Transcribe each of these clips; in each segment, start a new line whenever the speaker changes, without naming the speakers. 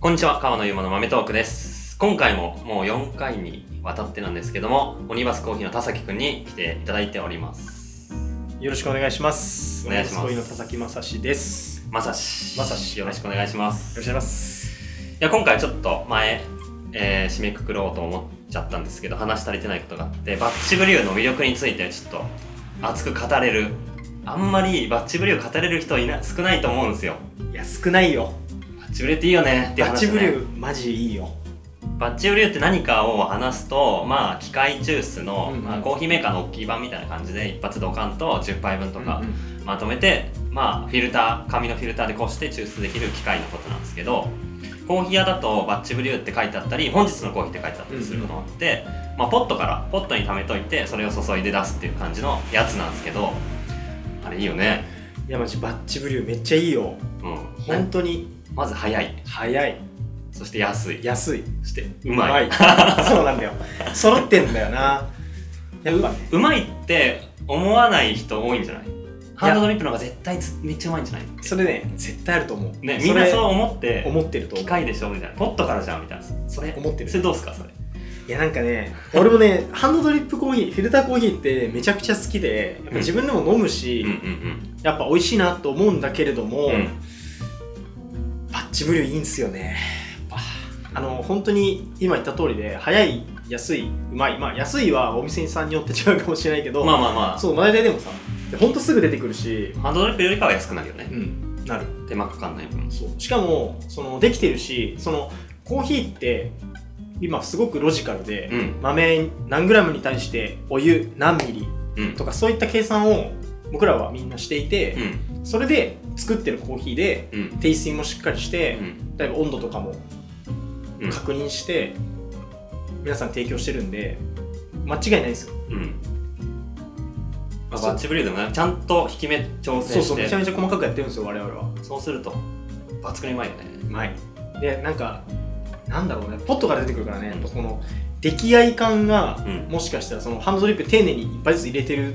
こんにちは、川野ゆうまの豆トークです。今回ももう4回にわたってなんですけども、オニバスコーヒーの田崎くんに来ていただいております。
よろしくお願いします。
お願いします
恋の田崎正史です。
まさし。
まさし
よろしくお願いします。
よろしくお願いします。
いや、今回ちょっと前、えー締めくくろうと思っちゃったんですけど、話し足りてないことがあって、バッチブリューの魅力についてちょっと熱く語れる。あんまりバッチブリュー語れる人いな少ないと思うんですよ。
いや、少ないよ。
バッチブリューっていいよねっていう
ダッ
話、
チ
ね、
ブリュー、マジいいよ。
バッチブリューって何かを話すと、まあ、機械抽出の、
うんうん
まあコーヒーメーカーの大きい版みたいな感じで一発ドカンと10杯分とか
うんうん
まとめて、まあ、フィルター紙のフィルターでこうして抽出できる機械のことなんですけどコーヒー屋だとバッチブリューって書いてあったり本日のコーヒーって書いてあったりすることもあって、まあ、ポットからポットに溜めといてそれを注いで出すっていう感じのやつなんですけどあれいいよね
いや、マジバッチブリューめっちゃいいよ。
うんな
本当に
まず早い
早い、
そして安い
安い、
そしてうまい。
そうなんだよ。揃ってんだよな。やっぱね。
うまいって思わない人多いんじゃないハンドドリップの方が絶対つめっちゃうまいんじゃない
それね、絶対あると思う。
ねみんなそう
う
思って
思ってると
機
思う。
械でしょみたいなポットからじゃんみたいなそれ
思ってる
それどうすかそれ
いやなんかね、俺もね、ハンドドリップコーヒー、フィルターコーヒーってめちゃくちゃ好きで、やっぱ自分でも飲むし、
うんうん
やっぱ美味しいなと思うんだけれども、
うんうん
バッチブリューいいんすよねあの本当に今言った通りで早い安いうまいまあ安いはお店さんによって違うかもしれないけど、
まあまあまあ
そうまな板でもさほんとすぐ出てくるし
ハンドドリップよりかは安くなるよね
うんなる
手間かかんない分
そうしかもそのできてるしそのコーヒーって今すごくロジカルで、
うん
豆何グラムに対してお湯何ミリ
うん
とかそういった計算を僕らはみんなしていて
う、ん
それで作ってるコーヒーで
うん
テイスティングもしっかりして、
うん
例えば温度とかも
うん
確認して皆さん提供してるんで間違いないですよ
うんまあ
そう
バッチブリューでもねちゃんと引き目調
そ
整
う
し
そうめ
て
ちゃめちゃ細かくやってるんですよ我々は
そうすると抜群にうまいよね
うまいでなんかなんだろうねポットから出てくるからね、
うん
この出来合い感が、
うん
もしかしたらそのハンドドリップ丁寧にいっぱいずつ入れてる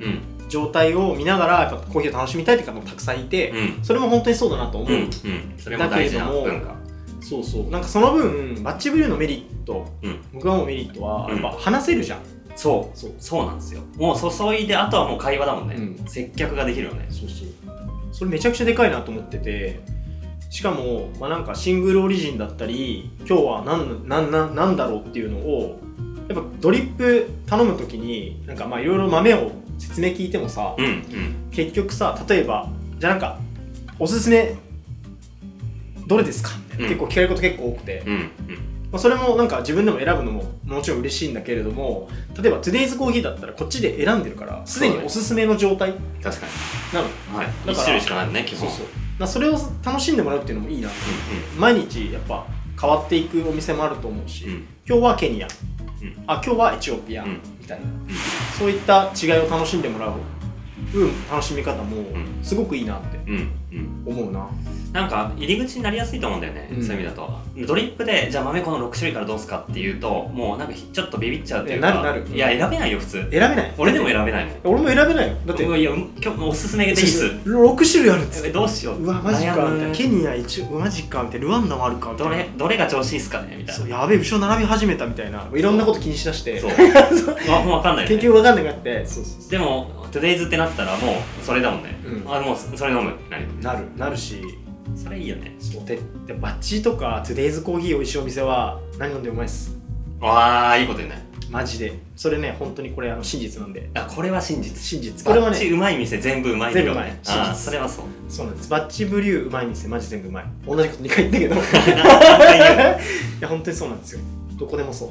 うん
状態を見ながらやっぱコーヒーを楽しみたいって方もたくさんいて
う、ん
それも本当にそうだなと思う、
うんうんそれも大事な
だけれど
文
も
化
そうそうなんかその分バッチブリューのメリット
うん
僕はもうメリットは
う
や
ん
っぱ話せるじゃん、
そう
そう
そうなんですよもう注いであとはもう会話だもんね、
うん
接客ができるよね
そうそうそれめちゃくちゃでかいなと思っててしかも、まあ、なんかシングルオリジンだったり今日は何なんなんなんだろうっていうのをやっぱドリップ頼む時になんかまあいろいろ豆を説明聞いてもさ
うんうん
結局さ例えばじゃあなんかおすすめどれですかみたいな
うん
結構聞かれること結構多くて、
うん
まあ、それもなんか自分でも選ぶのももちろん嬉しいんだけれども例えば Today's コーヒーだったらこっちで選んでるからすでにおすすめの状態
うん確か
なの
にはい
ら
1種類しかないもんね基
そ
本
うそうなそれを楽しんでもらうっていうのもいいな
う
毎日やっぱ変わっていくお店もあると思うし、
んうん
今日はケニア、
ん
あ今日はエチオピア、
うん
みたいな、そういった違いを楽しんでもらう、うん、楽しみ方も
ん
すごくいいなって
うんうんうん
思うな、
なんか入り口になりやすいと思うんだよね、
うん
そういう意味だとドリップでじゃあ豆この6種類からどうすかっていうともうなんかちょっとビビっちゃうっていうか
えなるなる
いや選べないよ普通
選べない
俺でも選べないもん
俺も選べないよだって
うわいやうん今日おすすめでいいっす
6種類あるっつっ
え
て
どうしよう
うわマジか
悩む
みたいなケニア一応マジかみたいなルワンダもあるかみたい
ど
な
れどれが調子いいっすかねみたい
そ
な
うやべえ後ろ並び始めたみたいないろんなこと気にしだして
そう わもう分かんないよね
結局わかんなくなってそうそうそ
でも、トゥデイズってなったらもうそれだもんね。
うん
あ、もうそれ飲むってなるよね。
うなるなるし
それいいよね。
そうででバッチーとかトゥデイズコーヒー美味しいお店は何飲んでもうまいっす
わあ、いいこと言うね。
マジでそれね本当にこれあの真実なんで
あ、これは真実。
真実
こ
こ
れ
れ
は
は
ね、
ね
うまい店全部うまいってことね。
全部
あ
うまい真
ー
実
それはそう。
そうなんですバッチブリューうまい店マジ全部うまい同じこと2回言った けどいや本当にそうなんですよどこでもそう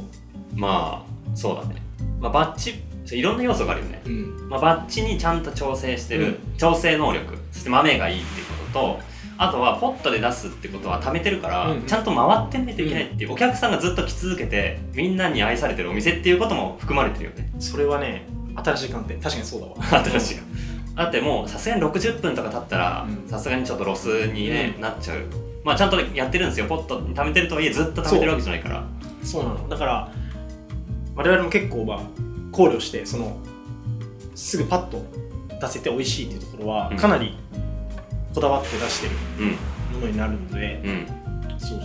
まあ、そうだね。まあ、バッチ、そういろんな要素があるよね。
うん
まあ、バッチにちゃんと調整してる、調整能力、そして豆がいいっていうことと、あとはポットで出すってことは貯めてるから、
うんうん
ちゃんと回ってないといけないっていう、お客さんがずっと来続けて、みんなに愛されてるお店っていうことも含まれてるよね。
それはね新しい観点確かにそうだ わ
新しいだってもうさすがに60分とか経ったら
うん
さすがにちょっとロスに、ね
う
なっちゃうまあちゃんとやってるんですよポットに貯めてるとはいえずっと貯めてるわけじゃないから
そうなのだから我々も結構まあ考慮してそのすぐパッと出せて美味しいっていうところは
うん
かなりこだわって出してる
うん
ものになるので、
うん
そうそ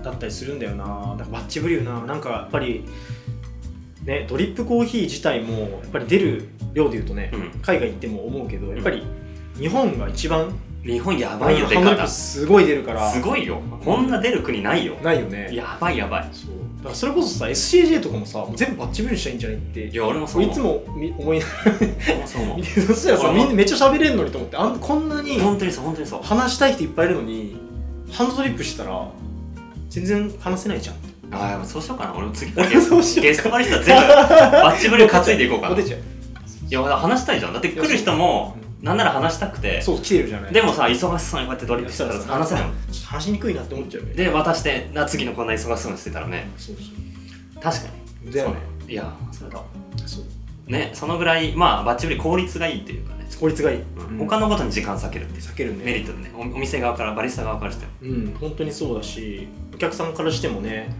うだったりするんだよなだからバッチブリューななんかやっぱりねドリップコーヒー自体もやっぱり出る量でいうとね、
うん
海外行っても思うけどやっぱり日本が一番
日本やば
ハン
いよ出
ドリッ
方
プ
す
すごい出るから
ごいよこんな出る国ないよ
ないよね
やばいやばい
そうだからそれこそさ SCJ とかもさもう全部バッチブリューにしたらいいんじゃないって
いや俺もそう
俺い
思う
つもみ思いなが
そう思う
ら そしたらさみんなめっちゃ喋れんのにと思ってあんこんなに
本当にそう本当にそう
話したい人いっぱいいるのにハンドドリップしてたら全然話せな いじゃん
ああやっぱそうしようかな俺も次
そうしよう
ゲストバリスタ全部 バッチブリュー担いでいこうかな
モテ
い
ちゃう
や話したいじゃんだって来る人もなんなら話したくて
そう来てるじゃない
でもさ忙しそうにこうやってドリップしてたら話せないもん
ちょっと話しにくいなって思っちゃうよね
で渡してな次のこんな忙しそうにしてたらね
そうそ
確か
う
に
だよね
そういやそれだ
そう
ねそのぐらいまあバッチブリ効率がいいっていうかね、
効率がいい、
うん
うん
他のことに時間割けるっていう
避けるね
メリットでねおお店側からバリスタ側からしても
うん本当にそうだしお客さんからしてもね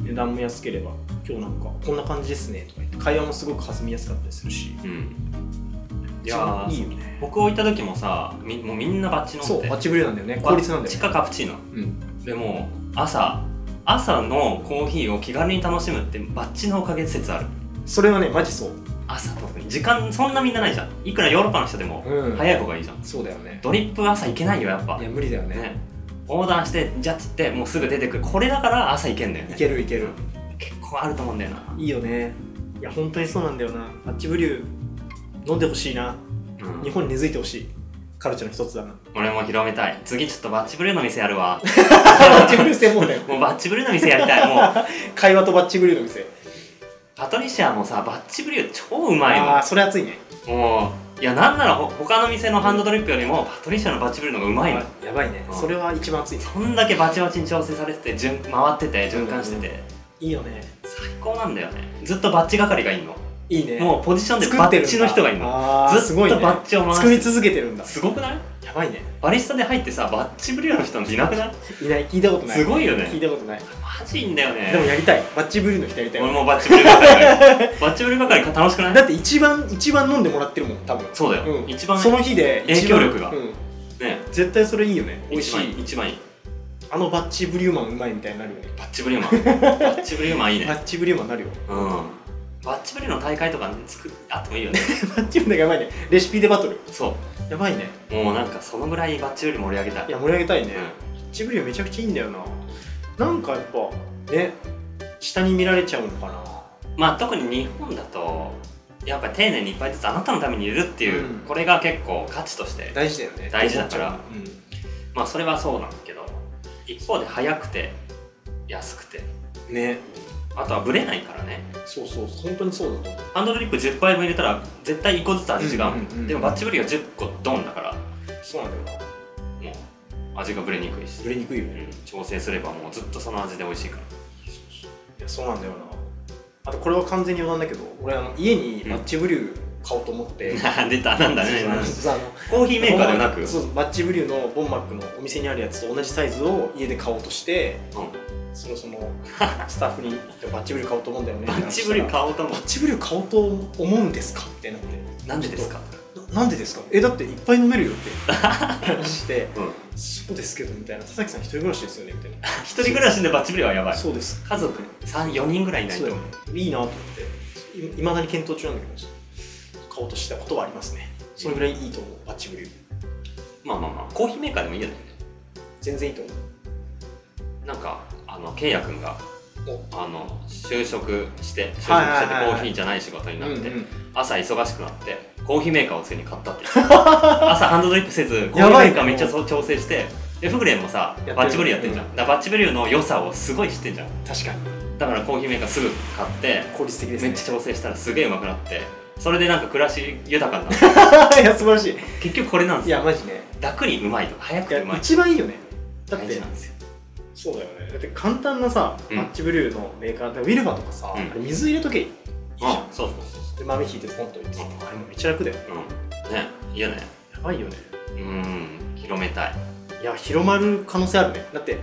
値段も安ければ今日なんかこんな感じですねとか言って会話もすごく弾みやすかったりするし
うんいやー
いいよね
僕置いた時もさみもうみんなバッチ飲んで
そうバッチブリューなんだよね
バ
効率なんだよ
チ
ね
かカプチーノ
うん
でも朝朝のコーヒーを気軽に楽しむってバッチのおかげ説ある
それはねマジそう
朝特に時間そんなみんなないじゃんいくらヨーロッパの人でも
うん
早い方がいいじゃん、
そうだよね
ドリップ朝行けないよやっぱ
いや無理だよね
ねオーダーしてジャッジってもうすぐ出てくるこれだから朝行けんだよ
い
ね
けるいける
結構あると思うんだよな、
いいよねいや本当にそうなんだよなバッチブリュー飲んでほしいな
うん
日本に根付いてほしいカルチャーの一つだな
俺も広めたい次ちょっとバッチブルーの店やるわ
バッチブリュー専門だよ
もうバッチブルーの店やりたいもう
会話とバッチブリューの店
パトリシアもさバッチブルー超うまい
あ
の
あそれ熱いね
もういやなんならほ他の店のハンドドリップよりもパトリシアのバッチブルーの方がうまいの
やばいね
うん
それは一番熱いね
そんだけバチバチに調整されてて順回ってて循環してて
いいよね
最高なんだよねずっとバッチ係がいいの
いいね
もうポジションで
作っ
バ
て
ッ
る
チの人がいるの
の
ず
す
っ
ごい
と
ね
バッチを回して
作り続けてるんだ
すごくない
やばいね
バリスタで入ってさバッチブリューの人なんていなくない
いない聞いたことない
すごいよね
聞いたことない
マジいいんだよね
でもやりたいバッチブリューの人やりたい
俺もバッチブリ係バッチブリ係楽しく ない
だって一番一番飲んでもらってるもん多分
そうだよ、
ん
一番
その日で一番
影響力が
うん
ね
絶対それいいよね美味
一
し
番い
い
い一番いい
あのバッチブリューマンうまいみたいになるよね
バッチブリューマン バッチブリューマンいいね
バッチブリューマンになるよ
うんバッチブリューの大会とか、ね、作っあってもいいよね
バッチブリューマンやばいねレシピでバトル
そ
やばいね
うもうなんかそのぐらいバッチブリュー盛り上げたい
いや盛り上げたいね、
う
バッチブリューめちゃくちゃいいんだよななんかやっぱね下に見られちゃうのかなん
まあ特に日本だとやっぱり丁寧にいっぱいずつあなたのためにいるっていう、
うん
これが結構価値として
大事だよね
大事だから
うん
まあそれはそうなんだけど一方で早くて安くて
ね
あとはブレないからね
そうそう本当にそうだと思う
ハンドドリップ10杯分入れたら絶対1個ずつ味違うもん,、
うんうんうん
でもバッチブリが10個ドンだから
そうなんだよな
もう味がブレにくいし、
売れにくいよ
う
ね
ん調整すればもうずっとその味で美味しいから
いやそうなんだよなあとこれは完全に余談だけど俺あの家にバッチブリュー買おうと思 って、
あ 出たなんだね
そうそうあの
コーヒーメーカーではなく
そうそうバッチブリューのボンマックのお店にあるやつと同じサイズを家で買おうとして
うん
そのその スタッフに「バッチブリュー買おうと思うんだよね」
バッチブリ
買
買おうと思
バ
う
ッチブリュー買おうと思うんですか?」ってなって
なんでですか
「ななんでですか?」「えだっていっぱい飲めるよ」って話して
うん
「そうですけど」みたいな「佐々木さん一人暮らしですよね」みたいな
一人暮らしでバッチブリはやば
「
い
そうです
家族34人ぐらいいない
そう
と
だよねいいな」と思っていいまだに検討中なんだけど買おうとしたことはありますねそれぐらいいいと思うバッチブリュー
まあまあまあコーヒーメーカーでもいいよね
全然いいと思う
なんかあのケイヤ君が
お
あの就職して就職しててコ
はいはいはいはい
ーヒーじゃない仕事になって、
うんうん
朝忙しくなってコーヒーメーカーをついに買ったって 朝ハンドドリップせずコーヒーメーカーめっちゃそう調整してでフグレンもさ
ってる
バッチブリューやってんじゃん、
う
だからバッチブリューの良さをすごい知ってんじゃん
確かに
だからコーヒーメーカーすぐ買って
効率的ですね
めっちゃ調整したらすげえうまくなってそれでなんか暮らし豊かになった
いや素晴らしい
結局これなんです
い
よ
やマジね
楽にうまいとか早く
い
てうまい
や一番いいよねだっ
大事
て
なんですよ
そうだよねだって簡単なさ
うん
マッチブリューのメーカーでウィルバとかさ、
うん
あれ水入れとけいいじゃ
あ
ん
そうそうそう
で豆引いてポンと置いて
う
さ
ん
あれもめっちゃ楽だよ
そううんねいやね
やばいよね
うん広めたい
いや広まる可能性あるねだって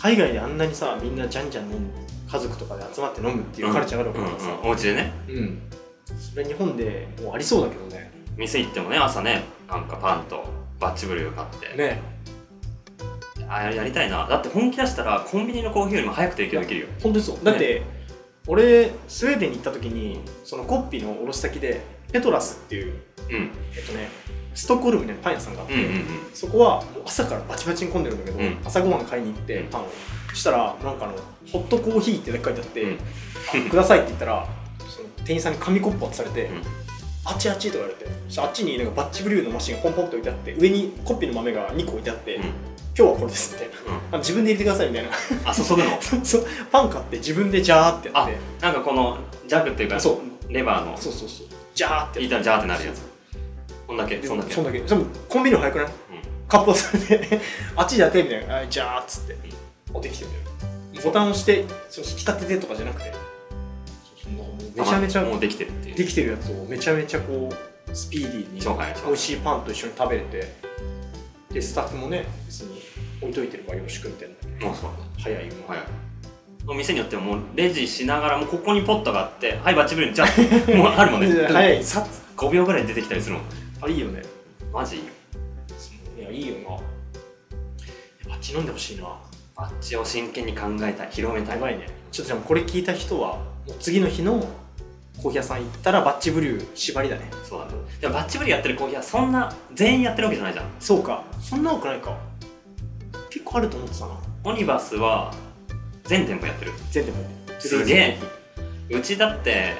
海外であんなにさみんなじゃんじゃん飲む家族とかで集まって飲むっていうカルチャーがある
うん
わ
う
けだから
ん
さ
お家でね
うん、それ日本でもうありそうだけどね
店行ってもね朝ねなんかパンとバッチブリュー買って
ね
いやあやりたいなだって本気出したらコンビニのコーヒーよりも早く提供できるよ
本当にそうだって、俺スウェーデンに行った時にそのコッピーの卸先でペトラスっていう
うんうん
えっとねストックホルムにあるパン屋さんがあって、
うんうん
そこはもう朝からバチバチに混んでるんだけど、
うん
朝ごはん買いに行ってパンをそしたらなんかあのホットコーヒーって書いてあって、
うん
あくださいって言ったらその店員さんに紙コップ渡されて、
うん
あっちあっちとか言われてそしたらあっちになんかバッチブリューのマシンがポンポンと置いてあって上にコッピーの豆が2個置いてあって、
うん
今日はこれですみたいなあ自分で入れてくださいみたいな
うんあ注ぐの
そうパン買って自分でジャーってやっ
あ
て
なんかこのジャグっていうか
そう
レバーの
そうそうそうジャーって
引い
や
たらジャーってなるやつ
そ
こんだけ
で
そんだけ
そんだけでもコンビニの方が早くないカップをされてあっちで やってみたいなあジャーっつっておできてるボタンを押してそう引き立ててとかじゃなくてそうそうもう
うん
めちゃめちゃ
もうできてるっていう
できてるやつをめちゃめちゃこうスピーディーに
超早い超早い
美味しいパンと一緒に食べれてでスタッフもね別に置いといてればよろしくみたいな
もうそう
早いよ
早いお店によってはもうレジしながらもうここにポットがあってはいバッチブルーじゃ あもうあるもんね
で早いさっ
5秒ぐらいに出てきたりするもん
あいいよね
マジ
いやいいよなバッチ飲んでほしいな
バッチを真剣に考えたい広めた
や
い
ばいねちょっとじゃあこれ聞いた人はもう次の日のコーヒー屋さん行ったらバッチブリュー縛りだね
そうだねでもバッチブルーやってるコーヒーはそんな全員やってるわけじゃないじゃん
そうかそんな多くないか結構あると思ってたな
オニバスは全店舗やってる
全部も
すげえうちだって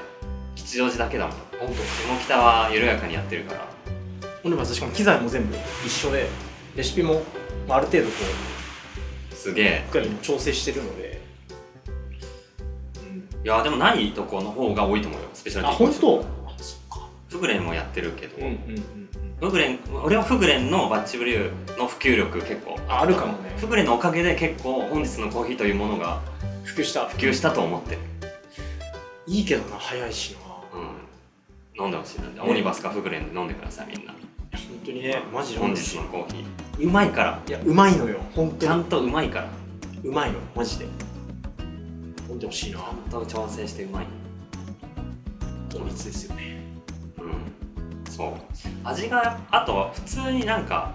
吉祥寺だけだもん
本当
下北は緩やかにやってるから
オニバスしかも機材も全部一緒でレシピもまあある程度こ
すげえ
う僕らにも調整してるので、うん、
いやでもないとこの方が多いと思うよスペシャル
あ
ティーコー
本
ヒー
当あそっか
フグレンもやってるけど、
うんうんうん
フグレン俺はフグレンのバッチブリューの普及力結構
ああるかもね
フグレンのおかげで結構本日のコーヒーというものが
普及した
普及したと思ってる、
いいけどな早いしな
うん、飲んでほしいなんで、オニバスかフグレンで飲んでくださいみんな
本当にねマジで
本日のコーヒーうまいから
いやうまいのよ本
ち
当
ゃ
に
んとうまいから
うまいのマジで飲んでほしいな
ちゃんと調整してうまい
糖密ですよね
うんそう味があとは普通になんか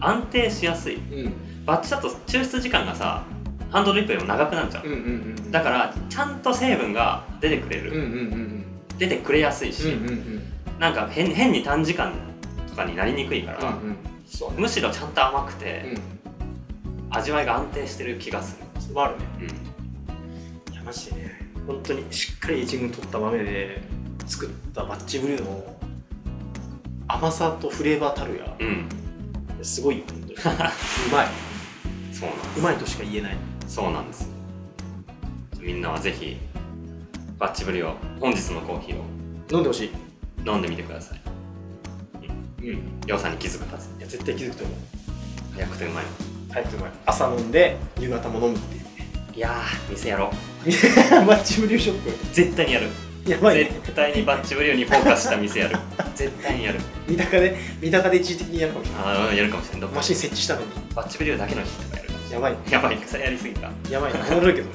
安定しやすい
うんうん
バッチだと抽出時間がさハンドドリップよりも長くなっちゃう、
うんうん
だからちゃんと成分が出てくれる、
うんうんうんうん
出てくれやすいし、
うんうん
なんか変変に短時間とかになりにくいから、
うんそう
むしろちゃんと甘く
う
て、
ん
味わいが安定してる気がする、
それはあるね
うん、
いやマジでね本当にしっかりエイジング取った豆で作ったバッチブルーの甘さとフレーバーたるや
うん、
すごいよ本当にうまい
そうなん
うまいとしか言えない
そうなんですみんなはぜひバッチブリを本日のコーヒーを
飲んでほしい
飲んでみてください
うん
良さに気づくはず
いや絶対気づくと思う
早くてうまい
早くうまい朝飲んで夕方も飲むっていう
いやー店やろう
ねバッチブリューショップ
絶対にやる
やばいね
絶対にバッチブリューにフォーカスした店や る絶対にやる
三鷹で三鷹で一時的にやるかもしれな
ああやるかもしれないど
い
っ
マ
か
シン設置したのに
バッチブリューだけの日とかやるかもしれ
やばい
ないやばいそれやりすぎた
やばいな面白いけどね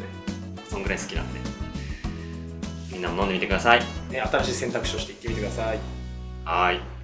そんぐらい好きなんでみんなも飲んでみてください
ね新しい選択肢として行ってみてください
はーい